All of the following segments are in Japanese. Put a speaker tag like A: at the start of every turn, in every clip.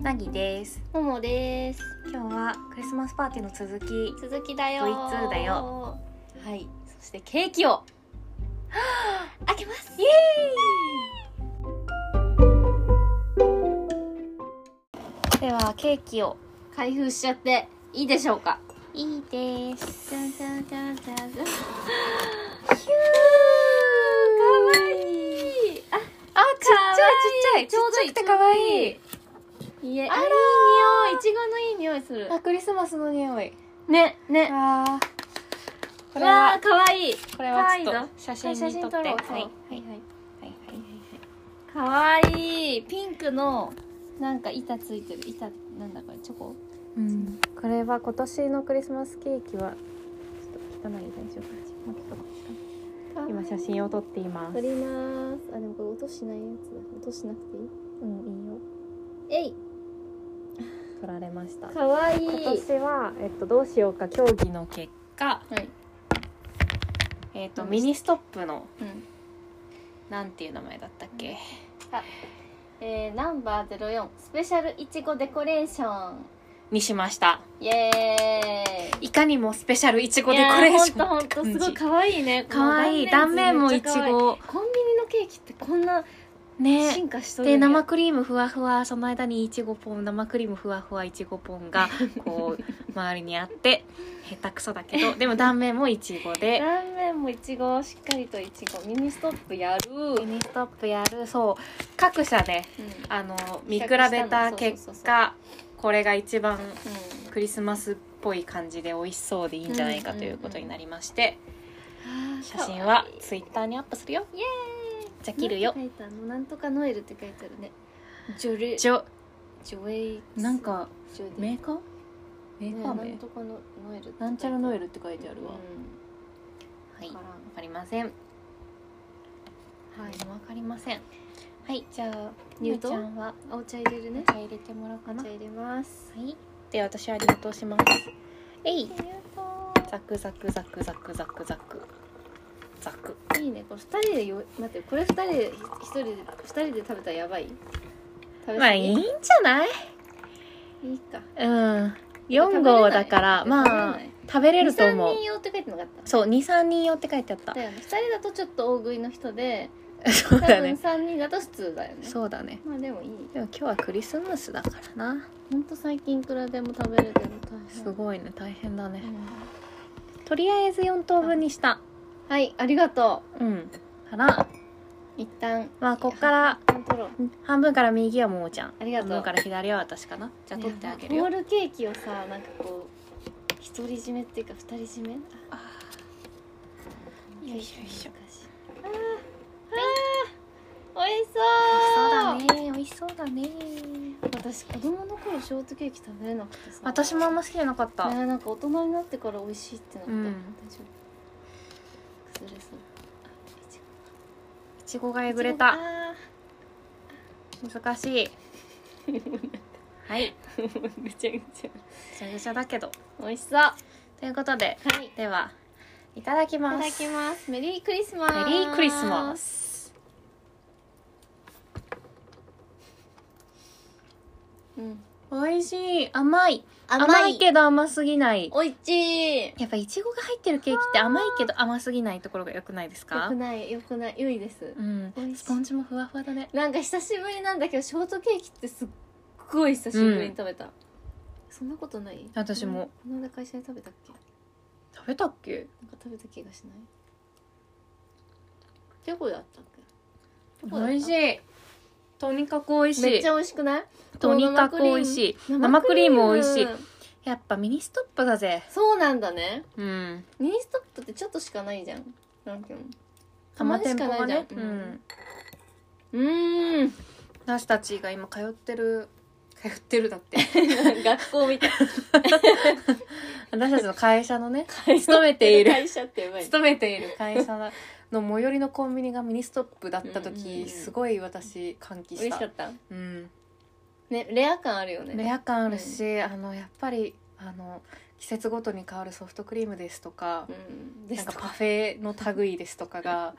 A: なぎです
B: ももです
A: 今日はクリスマスパーティーの続き
B: 続きだよ
A: ドイツだよ
B: はいそしてケーキを開けます
A: イエーイではケーキを
B: 開封しちゃっていいでしょうか
A: いいです
B: じゃんじゃんじゃんじゃんじゃん
A: ヒューかわいい
B: いいあ
A: あちっちゃいちっちゃい
B: ちょうどいい
A: ちっちゃくてかわいい
B: いえ
A: あらー
B: いい匂いいちごのいい匂いする
A: あクリスマスの匂い
B: ねね
A: わあこれ
B: わ
A: は
B: あかわいい
A: これはちょ
B: かわ
A: っ
B: い
A: と
B: い
A: 写
B: 写
A: 真に撮
B: 真
A: って
B: 撮ろう
A: はい
B: は
A: はいい
B: は
A: はいはい
B: いかわいいピンクのなんか板ついてる板なんだこれチョコ
A: うん、これは今年のクリスマスケーキはちょっと汚い大丈夫巻きとこう今写真を撮っています
B: 撮りますあでもこれ音しないやつだ音しなくていい
A: うんいいよ
B: えい
A: 撮られました
B: かわいい
A: 今年は、えっと、どうしようか協議の結果、
B: はい
A: えっと
B: うん
A: ミニストップの
B: うん
A: なんていう名前だったっけ
B: えー、ナンバー04スペシャルいちごデコレーション
A: にしました
B: イエーイ
A: いかにもスペシャルいちごデコレーション
B: いやーほんとほんとすごい可愛いね
A: かわいい断面もいち
B: めっちゃ可愛い
A: ご
B: コンビニのケーキってこんな
A: ね
B: 進化しとる
A: で
B: んや
A: 生クリームふわふわその間にいちごポン生クリームふわふわいちごポンがこ う周りにあって下手くそだけどでも断面もいちごで
B: 断面もいちごしっかりといちごミニストップやる、う
A: ミニストップやるそう各社で
B: ん
A: あの見
B: 比
A: 比
B: 較
A: べ
B: し
A: た
B: たのそ
A: 結
B: うそうそう
A: 果これが一番クリスマスっぽい感じで美味しそうでいいんじゃないかということになりまして
B: うん、
A: 写真は
B: イ
A: ツイッターにアップするよ
B: エーイ
A: じゃあ切るよ
B: なんて書いてあるのなんとかノエルって書いてあるねジョレ
A: 一応
B: ジョエイクス
A: なんか
B: ジョエイクス
A: メーカーメ
B: ね
A: ーカ
B: な
A: ー
B: ん
A: 名
B: とかのノエル
A: なんちゃらノエ
B: ル
A: ルって書いてあるわはい
B: わからん
A: わかりません。はい、わかりません。はい、じゃあ、ゆ
B: 入刀
A: うちゃんは
B: うん、お茶入れる
A: お
B: ね
A: 茶入れてもらおうか
B: お
A: な。
B: 茶
A: は
B: 入れます
A: い、で、私は入刀します。えい、
B: ありが
A: ザクザクザクザクザクザク。ザク。
B: とういいねこれ二人でよ待ってこれ二人で一人で二人で食べたらやばい食べ過ぎ
A: まあ、いいんじゃない。
B: いいか
A: うん。四号だから、
B: 食べれな
A: ま
B: い
A: あ、食べれると思
B: 二
A: う
B: 三人。用って書いてなかった
A: そう、二三人用って書いてあった
B: だ。よね2人だとちょっと大食いの人で
A: そう
B: 多
A: だ
B: 分
A: ね。
B: 3人だと普通だよね
A: そうだね。
B: まあでもいい
A: でも、今日はクリスマスだからな。
B: ほんと最近いくらでも食べれてる大変
A: すごいね、大変だ
B: う
A: ね。
B: ん
A: とりあえず四等分にした。
B: はいありがと
A: うん。から。
B: う一旦
A: まあこっから
B: 一旦取ろう
A: 半分から右はももちゃん
B: ありがとう
A: 半分から左は私かなじゃあ取ってあげる
B: ホ
A: よ、
B: ールケーキをさなんかこう独り占めっていうか二人占め
A: あーよいしょよいしょ
B: あーあー美味しそ
A: 美味しそうだね美味しそう
B: う
A: だね
B: 私子供の頃ショートケーキ食べれなくてさ
A: 私もあんま好きじゃなかった、
B: ねなんか大人になってから美味しいってなった、
A: うん
B: 大丈夫崩れそう
A: いちごがえ
B: え
A: ぐれ た難しいはい
B: ぐちゃぐちゃ
A: ぐちゃぐちゃだけど
B: 美味しそうは
A: ということで
B: いい
A: ではいただき
B: た
A: ま
B: だ
A: す
B: きますメリークリスマス
A: メリークリスマス
B: うん
A: 美味しい甘い
B: 甘い
A: けど甘すぎない
B: おいちい
A: やっぱいちごが入ってるケーキって甘いけど甘すぎないところが良くないです
B: よ
A: か
B: くないよくない良いです、
A: うん
B: 美味しい
A: スポンジもふわふわだね
B: なんか久しぶりなんだけどショートケーキってすっごい久しぶりに食べた、そんなことない
A: 私も
B: この間会社で食べたっけ
A: 食べたっけ
B: なんか食べた気がしないどこだったっけどこだった
A: 美味しいとにかく美味しい
B: めっちゃ美味しくない
A: とにかく美味しい
B: 生
A: 生クリーム美味しい
B: クリーム
A: やっぱミニストップだぜ
B: そうなんだね
A: うん
B: ミニストップってちょっとしかないじゃんなんていうのたま
A: 玉
B: にし
A: 店
B: か
A: 舗
B: な
A: が
B: いじゃん
A: ね、うん、
B: うーん
A: 私たちが今通ってる通ってるだって
B: 学校みたい
A: 私たちの会社のね
B: な
A: 勤めている
B: 会社ってやばい
A: 勤めている会社の最寄りのコンビニがミニストップだった時、
B: うんうんうん
A: すごい私歓喜し
B: 嬉したかった
A: うん、
B: ねレア感あるよね
A: レア感あるし、あのやっぱりあの季節ごとに変わるソフトクリームですとか、
B: うんで
A: なん
B: す
A: か
B: か
A: パフェの類ですとか が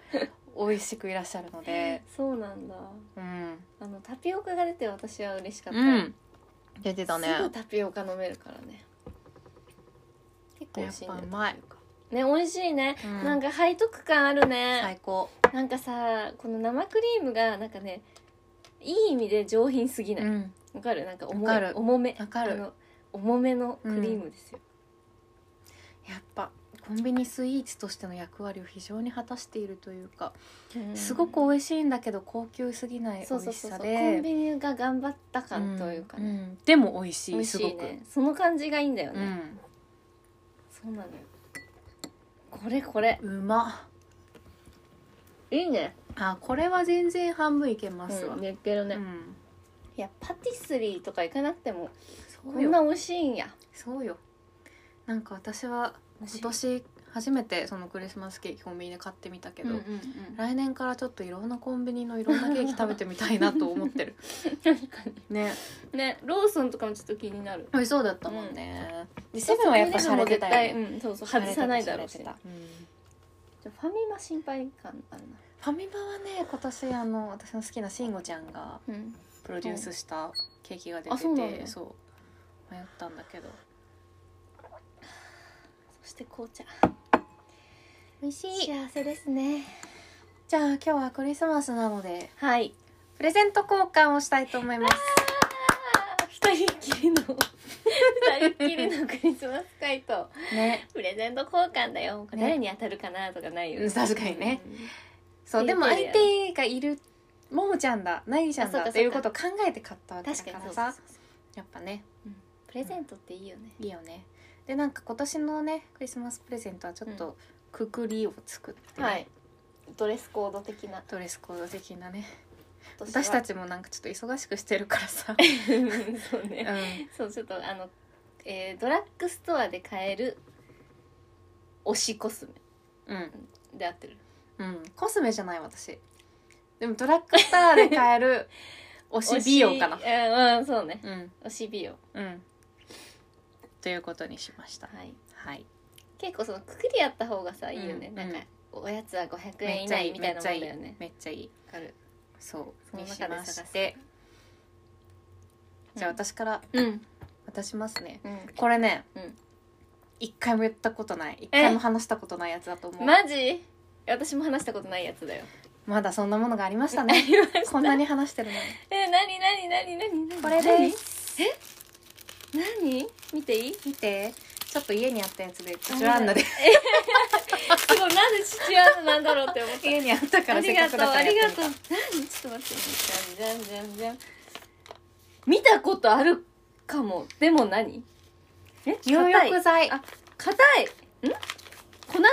A: 美味しくいらっしゃるので、
B: そうなんだ
A: うん、
B: あのタピオカが出て私は嬉しかった、
A: 出てたね
B: すぐタピオカ飲めるからね結構美味しいね
A: やっぱうまい
B: タピオカね美味しいね、
A: うん
B: なんか背徳感あるね
A: 最高
B: なんかさこの生クリームがなんかねいい意味で上品すぎないわ、
A: ん
B: かるなんか重
A: わ
B: い
A: かる
B: 重め
A: わかる
B: あの重めのクリームですよ、
A: やっぱコンビニスイーツとしての役割を非常に果たしているというか、
B: うん
A: すごく美味しいんだけど高級すぎない美
B: そう
A: 味
B: そう
A: し
B: そう
A: さ
B: そうコ
A: で
B: ンビニが頑張った感というか
A: ん
B: ね、
A: んでも美味しい
B: 美味し
A: す
B: い
A: ごく、
B: ねその感じがいいんだよ
A: う
B: ね、
A: ん
B: そうなのよこれこれ
A: うまっ
B: いいね
A: あこれは全然半分いけますわ、
B: うん、いけるね、
A: う
B: い
A: ん
B: やパティスリーとか行かなくても
A: そ
B: こ
A: うんよ
B: な美味しいんや
A: そうよなんか私は
B: 美味し
A: 今
B: い
A: 年初めてそのクリスマスケーキコンビニで買ってみたけ
B: うん
A: ど、
B: うんうん
A: 来年からちょっといろんなコンビニのいろんなケーキ食べてみたいなと思 ってる
B: 確か
A: ね
B: にねローソンとかもちょっと気になる
A: 美味しそうだったもんね、でセブンはやっぱ
B: セブ
A: 洒
B: ン
A: れ
B: イレブンも
A: て
B: 絶
A: た
B: 対
A: よね
B: うんそうそう外さないだろうし
A: 洒
B: じ
A: れ
B: ゃ
A: てたうん
B: あファミマ心配感あるな
A: ファミマはね今年あの私の好きな慎吾ちゃんが
B: うん
A: プロデュースしたケーキが出て
B: あ
A: て、
B: そうなんだ
A: そう迷ったんだけど
B: そして紅茶美味しい幸せですね
A: じゃあ今日はクリスマスなので
B: はい
A: プレゼント交換をしたいと思います
B: 二人っきりの二人っきりのクリスマス会と
A: ね
B: プレゼント交換だよ、
A: ね
B: 誰に当たるかなとかないよ
A: うん確かにねそううんでも相手がいるももちゃんだなぎちゃん
B: あそう
A: だ
B: か
A: っていうことを考えて買ったわけだ
B: 確か
A: か
B: にそう
A: ら
B: そう
A: さ
B: そうそう
A: やっぱね
B: プレゼントっていいよね
A: いいよねでなんか今年のねクリスマスプレゼントはちょっとくくりを作ってね、
B: はいドレスコード的な
A: ドレスコード的なね
B: 今年は
A: 私たちもなんかちょっと忙しくしてるからさ、
B: うん そう
A: うん、
B: ね、そうちょっとあの、えードラッグストアで買える推しコス
A: うん
B: メで合ってる
A: うん、コスメじゃない私でもドラッグスターで買え る推し美容かな
B: なうん、うん、そうね
A: うん
B: 推し美容
A: うんということにしました
B: はい
A: はい
B: 結構そのくくりやった方がさいいよね、
A: うん
B: なんか
A: うん
B: おやつは500
A: めっ
B: 円以
A: ちゃい
B: 内
A: い
B: みたいなもんだ
A: めっちゃ
B: よね
A: めっちゃいい
B: わかる
A: そう
B: その
A: にし
B: 中で
A: ま
B: 探す
A: してじゃあ私から
B: うん
A: 渡しますね
B: うん
A: これね
B: うん
A: 一回も言ったことない一回も話したことないやつだと思う
B: マジ私も話したことないやつだよ
A: まだそんなものがありました
B: あ
A: ね
B: りました
A: こんなに話してるのに
B: え何何何何何
A: これです
B: 何何見ていい
A: 見てちょっと家にあったやつでチュランナで
B: すごいなんで父親なんだろうって思 った
A: 家にあったから
B: あ
A: せ
B: り
A: っ
B: が
A: かく
B: とう
A: だから
B: あり
A: や
B: が
A: ってみ
B: とう何ちょっと待ってじゃんじゃんじゃんじゃん見たことあるかもでも何え
A: た入
B: 硬い
A: 浴剤
B: あ硬いん粉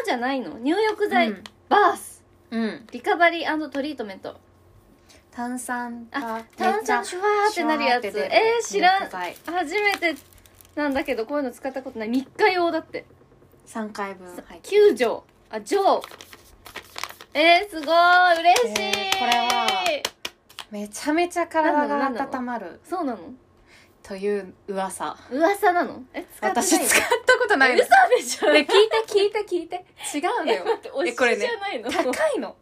B: じゃないの入浴剤、
A: うん
B: バース
A: うん、
B: リカバリートリートメント
A: 炭酸が
B: 炭酸シュワーってなるやつ
A: シュワーって出る
B: えー、知らん
A: 入浴剤
B: 初めてなんだけどこういうの使ったことない3日用だって
A: 3回分入って
B: 9錠あ錠えー、すごい嬉しい、
A: えーこれはめちゃめちゃ体が
B: なんなの
A: 温まる
B: そうなの
A: という噂
B: 噂なのえ使ってない
A: 私使ったことない
B: 嘘
A: です
B: でしょ
A: ね聞いて聞い て聞いて違うの
B: え
A: よ
B: 待ってお
A: えこれ
B: し
A: ね
B: じゃないの
A: 高い の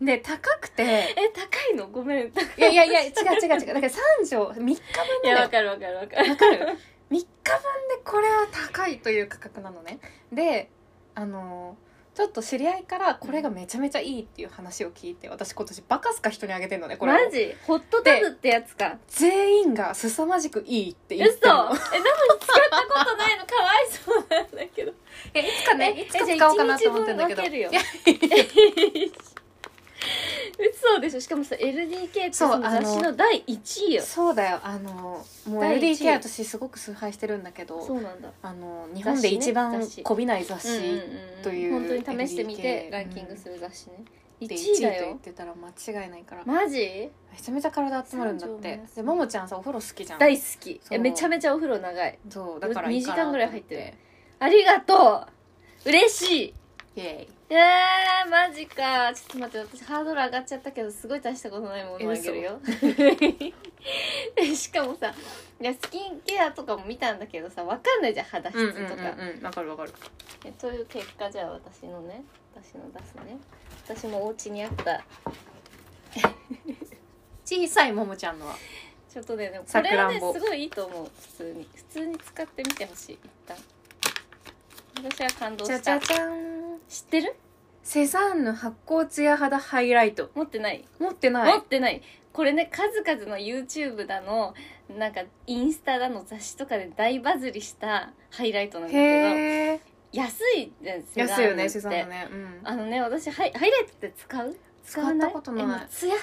A: で高くて
B: え高いのごめん高い
A: いやいやいや違う違う違うだから3錠3日分な
B: い
A: の
B: や
A: よ
B: わかるわかるわかる
A: わかる ?3 日分でこれは高いという価格なのね。で、あのーちょっと知り合いからこれがめちゃめちゃいいっていう話を聞いて、私今年バカすか人にあげてんのね、これを。
B: マジホットタブってやつか
A: 全員が凄まじくいいって
B: 嘘
A: 言ってるの。
B: えでも使ったことないのかわいそうなんだけど
A: え、いつかね、
B: え
A: いつか使おうかなと思ってんだけど。
B: えじゃあ一日分分けるよ
A: いや
B: 嘘でしょしかもさ LDK って
A: そう
B: その雑誌
A: あ
B: の第1位よ
A: そうだよ、あのーもう
B: 第一位
A: LDK 私すごく崇拝してるんだけど、
B: うなんだ
A: あのー日本で一番
B: 雑誌ね雑誌
A: こびない雑誌。という
B: 本当に試してみて
A: LDK
B: ランキングする雑誌ね1
A: で
B: 位だ
A: と言っ
B: よ
A: てたら間違いないからめ
B: マジ
A: ちゃめちゃ体温まるんだっ
B: 三錠の
A: て
B: やつ
A: でももちゃんさお風呂好きじゃん
B: 大好きい
A: そう
B: やめちゃめちゃお風呂長い
A: そうだから
B: 2
A: いいかな
B: 時間ぐらい
A: と思
B: 入ってありがとう嬉しい
A: イエ
B: えー、マジかちょっと待って私ハードル上がっちゃったけどすごい大したことないものをあげるよ でしかもさいやスキンケアとかも見たんだけどさわかんないじゃん肌質
A: イ
B: とか、
A: うんわかるわかる
B: えという結果じゃあ私のね私の出すね私もお家にあった
A: 小さいももちゃんのは
B: ちょっとねでも
A: さ
B: これはね
A: くらんぼ
B: すごいいいと思う普通に普通に使ってみてほしい一旦私は感動
A: じゃ
B: し
A: じゃ
B: た
A: じゃん
B: 知ってる
A: セザンヌ発酵ツヤ肌ハイライト
B: 持ってない
A: 持ってない
B: 持ってないこれね数々の YouTube だのなんかインスタだの雑誌とかで大バズりしたハイライトなんだけ
A: へえ
B: ど安いんです
A: 安いよねセ
B: セ
A: ザ
B: ザ
A: ン
B: ンヌ
A: ヌ
B: って
A: ね、うん、
B: あのね私ハイハイライトって使う
A: 使ったことない
B: えもうツヤっ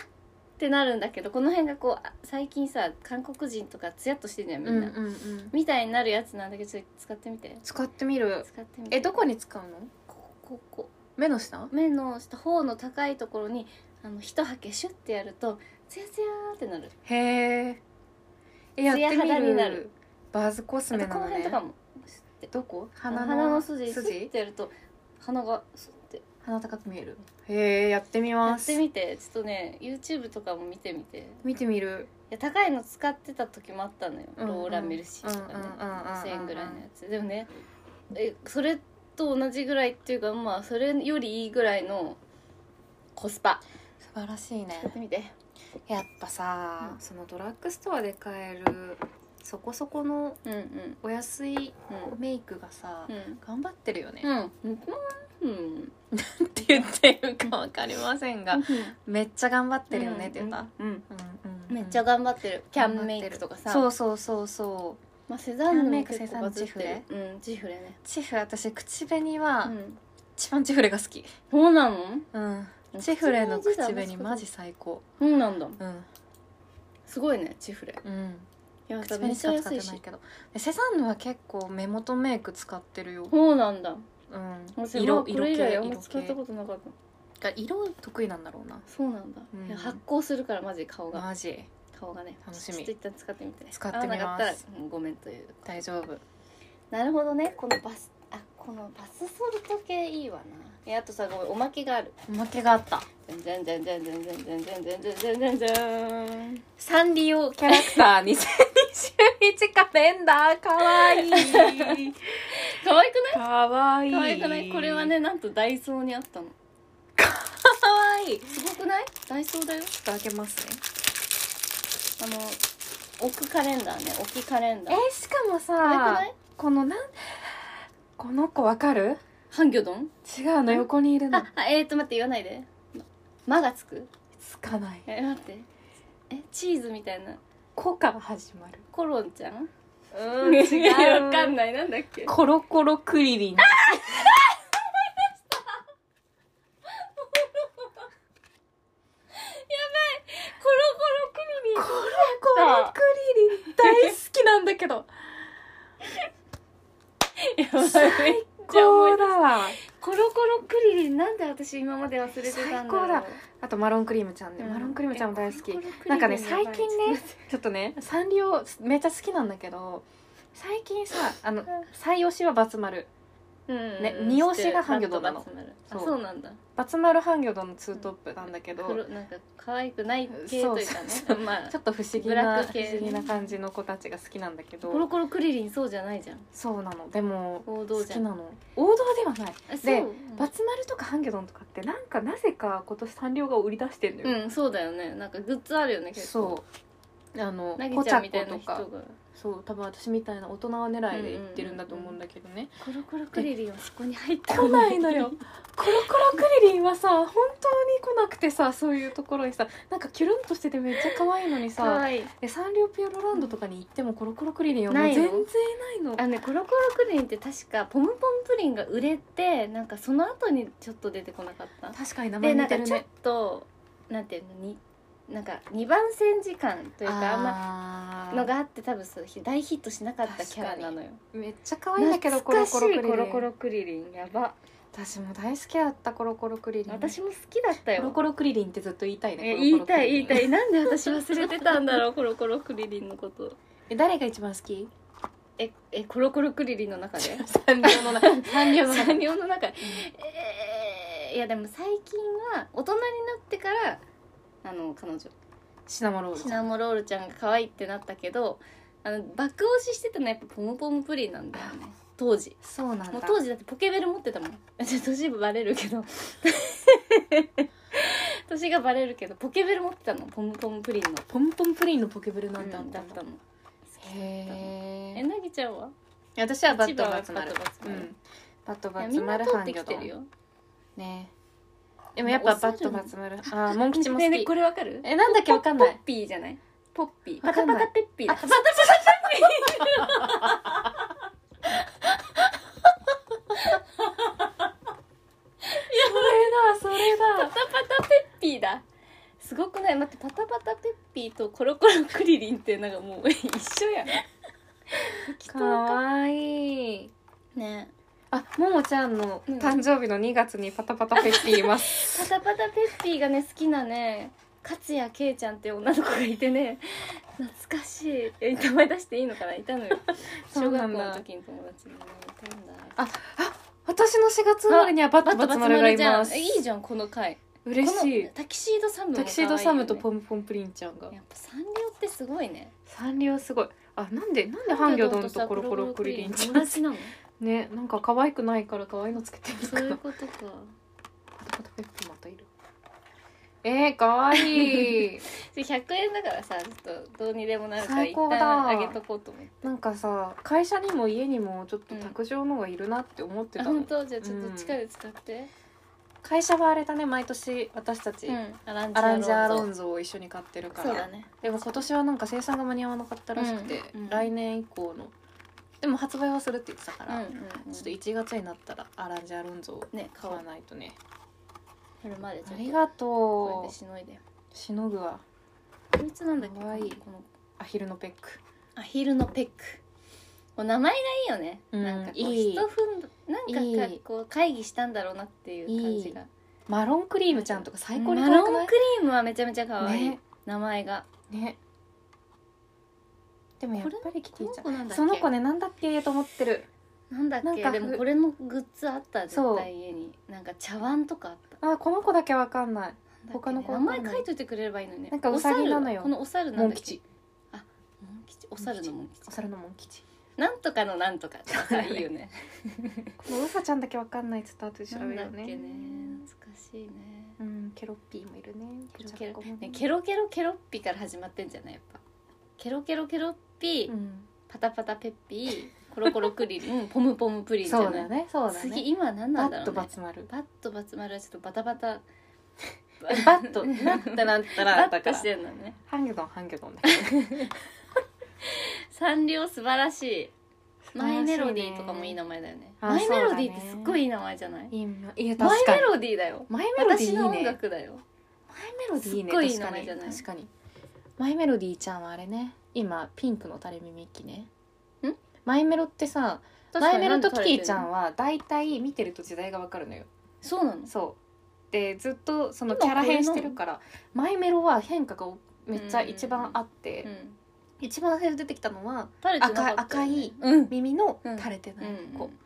B: てなるんだけどこの辺がこうあ最近さ韓国人とかツヤっとしてんじゃんみ
A: うんんうん
B: な、
A: うん
B: みたいになるやつなんだけどちょっと使ってみて
A: 使ってみる
B: 使ってみて
A: えどこに使うの
B: こここ
A: 目の下
B: 目の下頬の高いところにあの一はけシュッてやるとツヤツヤーってなる
A: へええやっ
B: ツヤ
A: てみ
B: 肌に
A: る
B: なる
A: バーズコス
B: あ
A: メ
B: と
A: な
B: この
A: の
B: 辺
A: ね
B: とかもシュッて
A: どこ鼻
B: 鼻
A: の
B: の筋スッてやると鼻がスッて
A: 鼻高く見えるへえやってみ
B: や
A: ま
B: っ
A: す
B: てみてちょっとね YouTube とかも見てみて
A: 見てみる
B: いや高いの使ってた時もあったのよ、
A: うんうん
B: ローラ・メルシーとかね
A: うんうんうんうん
B: 1000円ぐらいのやつでもねえそれと同じぐらいっていうかまあそれよりいいぐらいのコスパ
A: 素晴らしいね
B: 使ってみて
A: やっぱさ、
B: うん
A: そのドラッグストアで買えるそこそこの
B: うんうん
A: お安い
B: うん
A: メイクがさ、
B: うん
A: 頑張ってるよね、
B: うんうん
A: って言ってるかわかりませんがめっちゃ頑張ってるよねって言った、
B: うん
A: うんうん
B: めっちゃ頑張ってるキャンメイクとかさ
A: そうそうそうそう
B: まあセザンヌも結
A: キャン
B: 構
A: メ
B: バ
A: イクセザンヌ
B: ズ
A: ジ
B: っ
A: フレ
B: てるうんジフレね
A: チフレ私口紅は
B: うん
A: 一番チフレが好き、
B: そうなの
A: うん、チフレの口紅マジ最高
B: そうなんだ
A: うん
B: すごいねジフレ
A: うん
B: いや
A: 口紅
B: めっ
A: し
B: ちゃ
A: か使っ
B: 安い
A: てない
B: し
A: けどでセザンヌは結構目元メイク使ってるよ、
B: そうなんだ
A: うん、
B: 私
A: 色
B: 色こ
A: 色
B: れ
A: 系
B: 以来あんま
A: 色
B: 使った
A: 系
B: ことなかった
A: が色得意なんだろうな
B: そうなんだ、
A: うん
B: いや発酵するからマジ顔が
A: マジ
B: 顔がね
A: 楽しみ
B: ちょっと一旦使ってみて
A: 使ってみます
B: 合わなかったらうんごめんという
A: 大丈夫
B: なるほどねこのバスあこのバスソルト系いいわなえあとさごめんおまけがある
A: おまけがあった
B: じゃんじゃんじゃんじゃんじゃんじゃんじゃんじゃんじゃんじゃんじゃんじゃんじゃん
A: サンリオキャラクター2021カレンダーかわいい
B: 可愛くない
A: かわいい
B: 可愛くないこれはねなんとダイソーにあったの
A: かわいい
B: すごくないダイソーだよ
A: ちょっと開けますね
B: あの置くカレンダーね置きカレンダー
A: えしかも
B: 可愛くな
A: さ
B: い
A: このなんこの子わかる
B: ハンギョドン
A: 違うの横にいるの
B: ああえっ、ー、と待って言わないで「ま」がつく
A: つかない
B: え待ってえチーズみたいな
A: 子から始まる
B: コロンちゃん
A: うん
B: わかんないなんだっけ
A: コロコロクリリン
B: コロコロクリリン
A: コロ コロクリリン大好きなんだけど
B: や
A: 最高だわ
B: コロコロクリリンなんで私今まで忘れてたんだろう
A: 最高だあとマロンクリームちゃんね、
B: うん
A: マロンクリームちゃんも大好き
B: えコロコロクリリン
A: なんかね
B: やばい
A: 最近 ねちょっとねサンリオめっちゃ好きなんだけど最近さあの最推しはバツ丸
B: うん
A: ね二押しがハンギョドンなの
B: バツ丸あ
A: そう
B: そうなんだ
A: バツ丸ハンギョドンのツートップなんだけど、
B: 黒なんか可愛くない系というかね
A: そう
B: まあ
A: ちょっと不思議
B: ブラ
A: な
B: ック
A: 不
B: 系ね
A: 思議な感じの子たちが好きなんだけ
B: コロ
A: ど
B: コロクリリンそうじゃないじゃん
A: そうなのでも
B: 王
A: 好
B: 道じ
A: き
B: ゃん
A: なの王道ではない
B: あ
A: で
B: そう
A: バツ丸とかハンギョドンとかってなんかなぜか今年サンリオが売り出してんの
B: う
A: よ、
B: んうんそうだよねなんかグッズあるよね結構
A: そうあの
B: なぎ
A: ポ
B: ち
A: チャ
B: ゃんみた
A: コ
B: いな
A: と
B: 人が
A: かそう多分私みたいな大人は狙いで行ってるんだと思うんだけどね、
B: コロコロクリリンはそこに入って
A: 来ないの よコロコロクリリンはさ本当に来なくてさそういうところにさなんかキュルンとしててめっちゃ可愛いのに
B: 可
A: さ
B: 愛い
A: でサンリオピューロランドとかに行ってもコロコロクリリンはもう
B: ない
A: 全然
B: の
A: いないの
B: あのねコロコロクリリンって確かポムポムプリンが売れてなんかその後にちょっと出てこなかった、
A: 確かに名
B: で
A: 前
B: なん
A: 似て
B: か
A: る
B: ちょっ
A: ね
B: となんていうのになんか2番線時間というかあんま
A: あー
B: のがあって多分そう大ヒットしなかったキャラなのよ
A: めっちゃ可愛いんだけどコ
B: 懐
A: ロ
B: かしい
A: コロクリリン
B: コロコロクリリンやば
A: 私も大好きだったコロコロクリリン
B: 私も好きだった
A: コロ
B: よ
A: コロクリリンってずっと言いたいね
B: え
A: コロコロク
B: 言い
A: リ
B: た
A: リ
B: い
A: ン
B: 言いたいなんで私忘れてたん だろうコロコロクリリンのこと
A: え誰が一番好き
B: ええコロコロクリリンの中 で
A: サンリオの中 サンリオの
B: サ
A: 中
B: ンリオの中で、えーいやでも最近は大人になってからあの彼女
A: シナモロールち
B: シ
A: ゃん
B: ナモロールちゃんが可愛いってなったけどあの爆押ししてたのはやっぱポムポムプリンなんだよね当時
A: そうなんだ
B: もう 当時だってポケベル持ってたもんちょっと年バレるけど年私がバレるけどポケベル持ってたのポムポムプリンの
A: ポンポンプリンのポケベルなんてあった
B: だっ
A: んだ
B: たの
A: へ
B: え
A: え
B: なぎちゃんは
A: 私はバットバツ
B: 一番は
A: 丸
B: バットバツ丸
A: うんバット
B: いや
A: バ
B: み
A: ツ
B: んな
A: 丸
B: 通っ
A: 半
B: てき
A: 魚
B: てる
A: 丼
B: よ
A: ねでもやっぱバットバツ丸あーモン吉も
B: ねえ
A: 好
B: ねえ
A: き
B: これわかる
A: えなんだっけわかんな
B: ポ
A: い
B: ッピーじゃないポッピー
A: わ
B: パ
A: か
B: タ
A: んない
B: パタペッピーだ
A: あパタそれだ
B: パタパタペッピーだすごくない待ってパタパタペッピーとコロコロクリリンってなんかもう一緒やん
A: それだかわいい
B: ね
A: あももちゃんの誕生日の2月にパタパタペッピーいます
B: パタパタペッピーがね好きなね勝谷けいちゃんって女の子がいてね懐かしいえ名前出していいのかないたのよ
A: そ
B: 小
A: うなん
B: 学
A: だ
B: 校の時の友達にねいたんだ
A: 私の4月生まれにはバッ
B: バ
A: ト
B: ッ
A: バ
B: トバ
A: ツ
B: ツ
A: 丸が
B: 丸
A: い
B: じゃ
A: ま
B: ん
A: す
B: えいいじゃんこの回
A: 嬉し
B: こ
A: い
B: のタキシードサムも可
A: タ
B: 愛いよね
A: キシードサムとポンポンプリンちゃんが
B: やっぱサンリオってすごいね
A: サンリオすごいあなんでなんでハンギョドンとコロコロクリリンちゃ
B: 友
A: ん
B: 達なの
A: ねなんか可愛くないから可愛いのつけてみる
B: そ
A: か
B: ういう
A: な
B: ことか
A: パタパタペッピーまたいるえー、可愛い
B: で100円だからさちょっとどうにでもなるから
A: 最
B: 一
A: 高だ
B: 旦あげとこうと思って
A: なんかさ会社にも家にもちょっと卓上のがいるなって思って
B: あ
A: たの、
B: 本当じゃあちょっと力使って
A: 会社はあれだね毎年私たち、
B: んアラン
A: アランジャーロ
B: ン
A: ンゾを一緒に買ってる
B: ゾ
A: から
B: そうだね
A: でも今年はなんか生産が間に合わなかったらしくて、
B: うんうん
A: 来年以降のでも発売はするって言ってたか
B: う
A: ら、
B: んうんうん
A: ちょっと1月になったらアランジャーロンゾを
B: ね
A: 買
B: 顔
A: わないとね
B: やるまで
A: あ
B: ちょっ
A: り
B: と
A: が
B: こ
A: と
B: れでしのいで
A: うしのぐは
B: こいつなんだっけ
A: 可愛い
B: この
A: アヒルのペック
B: アヒルのペックお名前がいいよね、
A: うん
B: なんかこう
A: いい
B: 一踏んなんかか
A: いい
B: こう会議したんだろうなっていう感じが
A: マロンクリームちゃんとか最高に
B: マ
A: 可愛
B: ロ
A: くな
B: ン
A: い
B: クリームはめちゃめちゃ可愛い、
A: ね
B: 名前が
A: ねでもやっぱりキテ
B: こ
A: ィ
B: の
A: ちゃ
B: 子なん
A: ん
B: だっけ
A: その子ねなんだっけと思ってる
B: なんだっ
A: なん
B: け
A: か
B: でもこれのグッズあった
A: そう
B: 絶対家になんか茶碗とかあった
A: あこの子だけわかんない
B: なんだっけね
A: 他の子わ
B: 名
A: かんない
B: 前書いといてくれればいいのにね
A: なんかウサギなのよ
B: お猿はこのお猿な
A: モ
B: ん
A: ン
B: だっけ
A: 吉
B: モン吉お猿のモン吉
A: お猿のモン吉
B: なんとかのなんとかってさいいよね
A: このウサちゃんだけわかんないっつった後で調
B: な
A: べ
B: ん
A: る
B: だ
A: よ
B: っけね
A: ね
B: 懐かしいね
A: うんケロッピーもいるね
B: ケロケロ
A: お茶っ子も
B: ねケロケロケロッピから始まってんじゃないやっぱケロケロケロッピ
A: うん
B: パタパタペッピーコロコロクリリンポムポムプリンじゃ
A: そ
B: ないう
A: だねそうだ
B: 次
A: ね
B: 今何な
A: バ
B: んだ
A: ッ
B: ろ
A: ト
B: うね
A: バツ丸
B: バットバツ丸はちょっとバタバタ
A: バットなってなったら
B: バ
A: だ
B: ッと
A: か
B: し
A: ら
B: てるのね
A: ハンギョドンハンギョドンだけど
B: サンリオ素晴らしい マイメロディーとかもいい名前だよね
A: あ
B: マイメロ
A: そう
B: ディ
A: だ
B: ーっ
A: ね
B: てすっごいいい名前じゃない
A: いいな。いや
B: マイ
A: 確か
B: メ
A: に。
B: ロディーだよ
A: マイメロディーい
B: 私
A: いね。
B: の
A: マイメ
B: 音楽だよ
A: ロディーいいね。
B: すっごいいい
A: 確か
B: 名前
A: に
B: じゃない
A: 確かに。マイメロディーちゃんはあれね。今ピンクの垂れ耳機ね。
B: ん？
A: マイメロってさ、マイメロとキティちゃんはだいたい見てると時代がわかるのよ。
B: そうなの
A: そう。でずっとそのキャラ変してるから、マイメロは変化がめっちゃ一番あって、
B: うん
A: 一番最初出てきたのは
B: 垂れてなかったよね
A: 赤
B: うん
A: 耳の
B: うん
A: 垂れてない子。
B: うん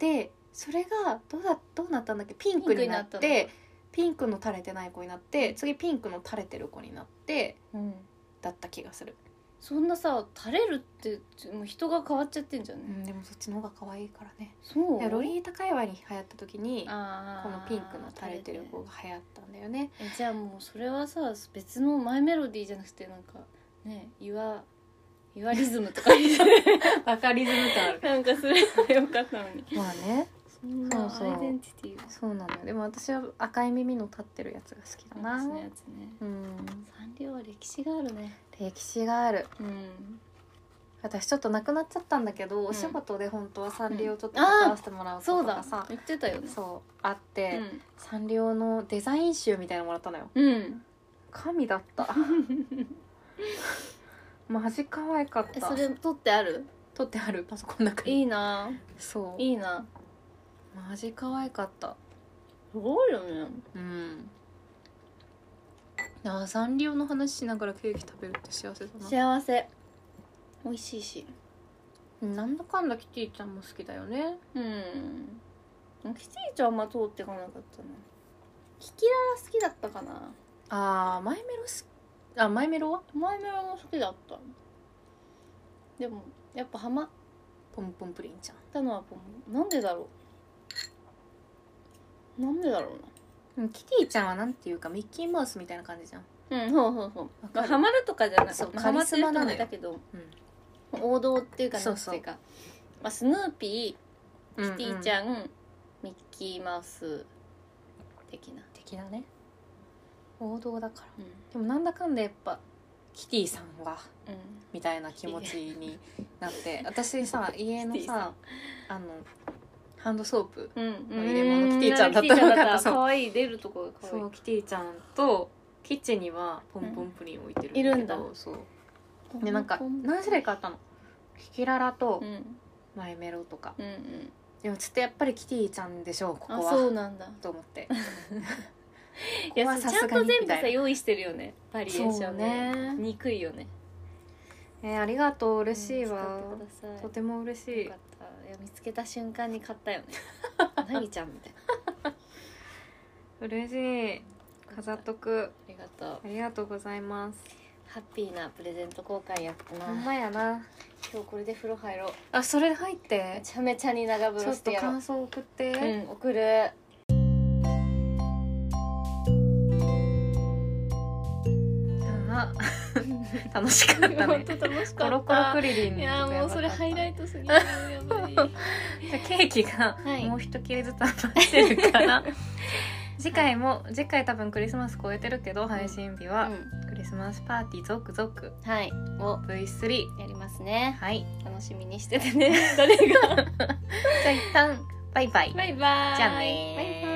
A: でそれがどうだどうなったんだっけピンクになって
B: ピンクになったの
A: ピンクの垂れてない子になって次ピンクの垂れてる子になって
B: うん
A: だった気がする、
B: そんなさ垂れるってもう人が変わっちゃってんじゃん
A: う
B: ね
A: ん、でもそっちの方が可愛いからね
B: そう
A: でロリータ界隈に流行った時に
B: あー
A: このピンクの垂れてる子が流行ったんだよね
B: えじゃあもうそれはさ別のマイメロディーじゃなくてなんかねユアユアリズムとかに
A: バカリズム感ある
B: なんかすればよかったのに
A: まあね
B: そんな
A: そうそう
B: アイデンティティが
A: そうなのよでも私は赤い耳の立ってるやつが好きだな
B: 私のやつね
A: うん
B: サンリオは歴史があるね
A: 歴史がある
B: うん
A: 私ちょっとなくなっちゃったんだけど、お仕事で本当はサンリオちょっと関わらせてもらうこ
B: そ
A: と
B: うだ
A: がさ、
B: 言ってたよね
A: そうあって、サンリオのデザイン集みたいなのもらったのよ
B: うん、うん、
A: 神だった マジ可愛かっ
B: え
A: た
B: それ撮ってある
A: 撮ってあるパソコンの中に
B: いいな
A: そう
B: いいな
A: マジ可愛かった
B: すごいよね
A: うんあーサンリオの話しながらケーキ食べるって幸せだな
B: 幸せ美味しいし
A: なんだかんだキティちゃんも好きだよね
B: うんキティちゃんあんま通ってかなかったなキキララ好きだったかな
A: あーマイメロすあマイメロは
B: 前メロも好きだったでもやっぱハマっ
A: ポンポンプリンちゃん
B: たのはポムなんでだろうなんでだろう
A: でもキティちゃんはなんていうかミッキーマウスみたいな感じじゃん
B: うんほうほうほう
A: わか
B: まあ
A: る
B: ハマるとかじゃな
A: そう
B: くてハマってる人
A: カリスマな
B: も
A: の
B: い
A: よ
B: たけど
A: うん
B: 王道っていうか
A: そ
B: な
A: うんそう
B: ていうかまあスヌーピ
A: キ
B: ーキティちゃん、ミッキーマウス的な、
A: 的なね王道だから
B: うん
A: でもなんだかんだやっぱキティさんが
B: うん
A: みたいな気持ちになって 私さ家の
B: キティさ
A: さあのハンドソープ
B: うん、
A: 入れ物キティちゃんだった
B: キティ
A: よかったそう
B: 可愛い出るとこが可愛い
A: そうキティちゃんとキッチンにはポンポンプリン置いてる
B: うんいるんだ
A: けどそうでなんか何種類か
B: か
A: あったのキキララと
B: うん
A: マイメロとか
B: うんうん
A: でもちょっとやっぱりキティちゃんでしょうここ
B: あ
A: は
B: そうなんだ
A: と思って
B: い
A: こ
B: や
A: こは
B: そ
A: さ
B: うちゃ
A: す
B: ん
A: が
B: と
A: に
B: 全
A: み
B: 部
A: たい
B: さ
A: な
B: 用意してるよねバリエーションね
A: そうね
B: 憎いよね
A: えーありがとう嬉しいわ
B: うん使ってください
A: とても嬉しい
B: よかったいや見つけた瞬間に買った よね何ちゃんみたいな
A: 嬉しい飾っとく
B: ありがとう
A: ありがとうございます
B: ハッピーなプレゼント交換やった
A: ほ
B: なん
A: まやな
B: 今日これで風呂入ろう
A: あそれ入っ
B: め
A: て
B: ちゃめちゃに長風
A: ちょ
B: 呂
A: っ
B: して
A: と
B: やろう
A: 感想送って、
B: うん送る
A: あー楽しかった
B: 本
A: ね
B: 当楽しかった
A: コロコロクリリン
B: いやーもうそれハイラ
A: イ
B: イトすぎるや ばい
A: ケーキが
B: はい
A: もう一切れずつ余ってるから、 次回も次回多分クリスマス超えてるけど配信日は
B: う
A: クリスマスパーティーゾクゾク
B: んはいを
A: V3
B: やりますね
A: はい
B: 楽しみにしててね誰が
A: じゃあ一旦バイバイ
B: バイバイ
A: じゃあねー
B: バイバイ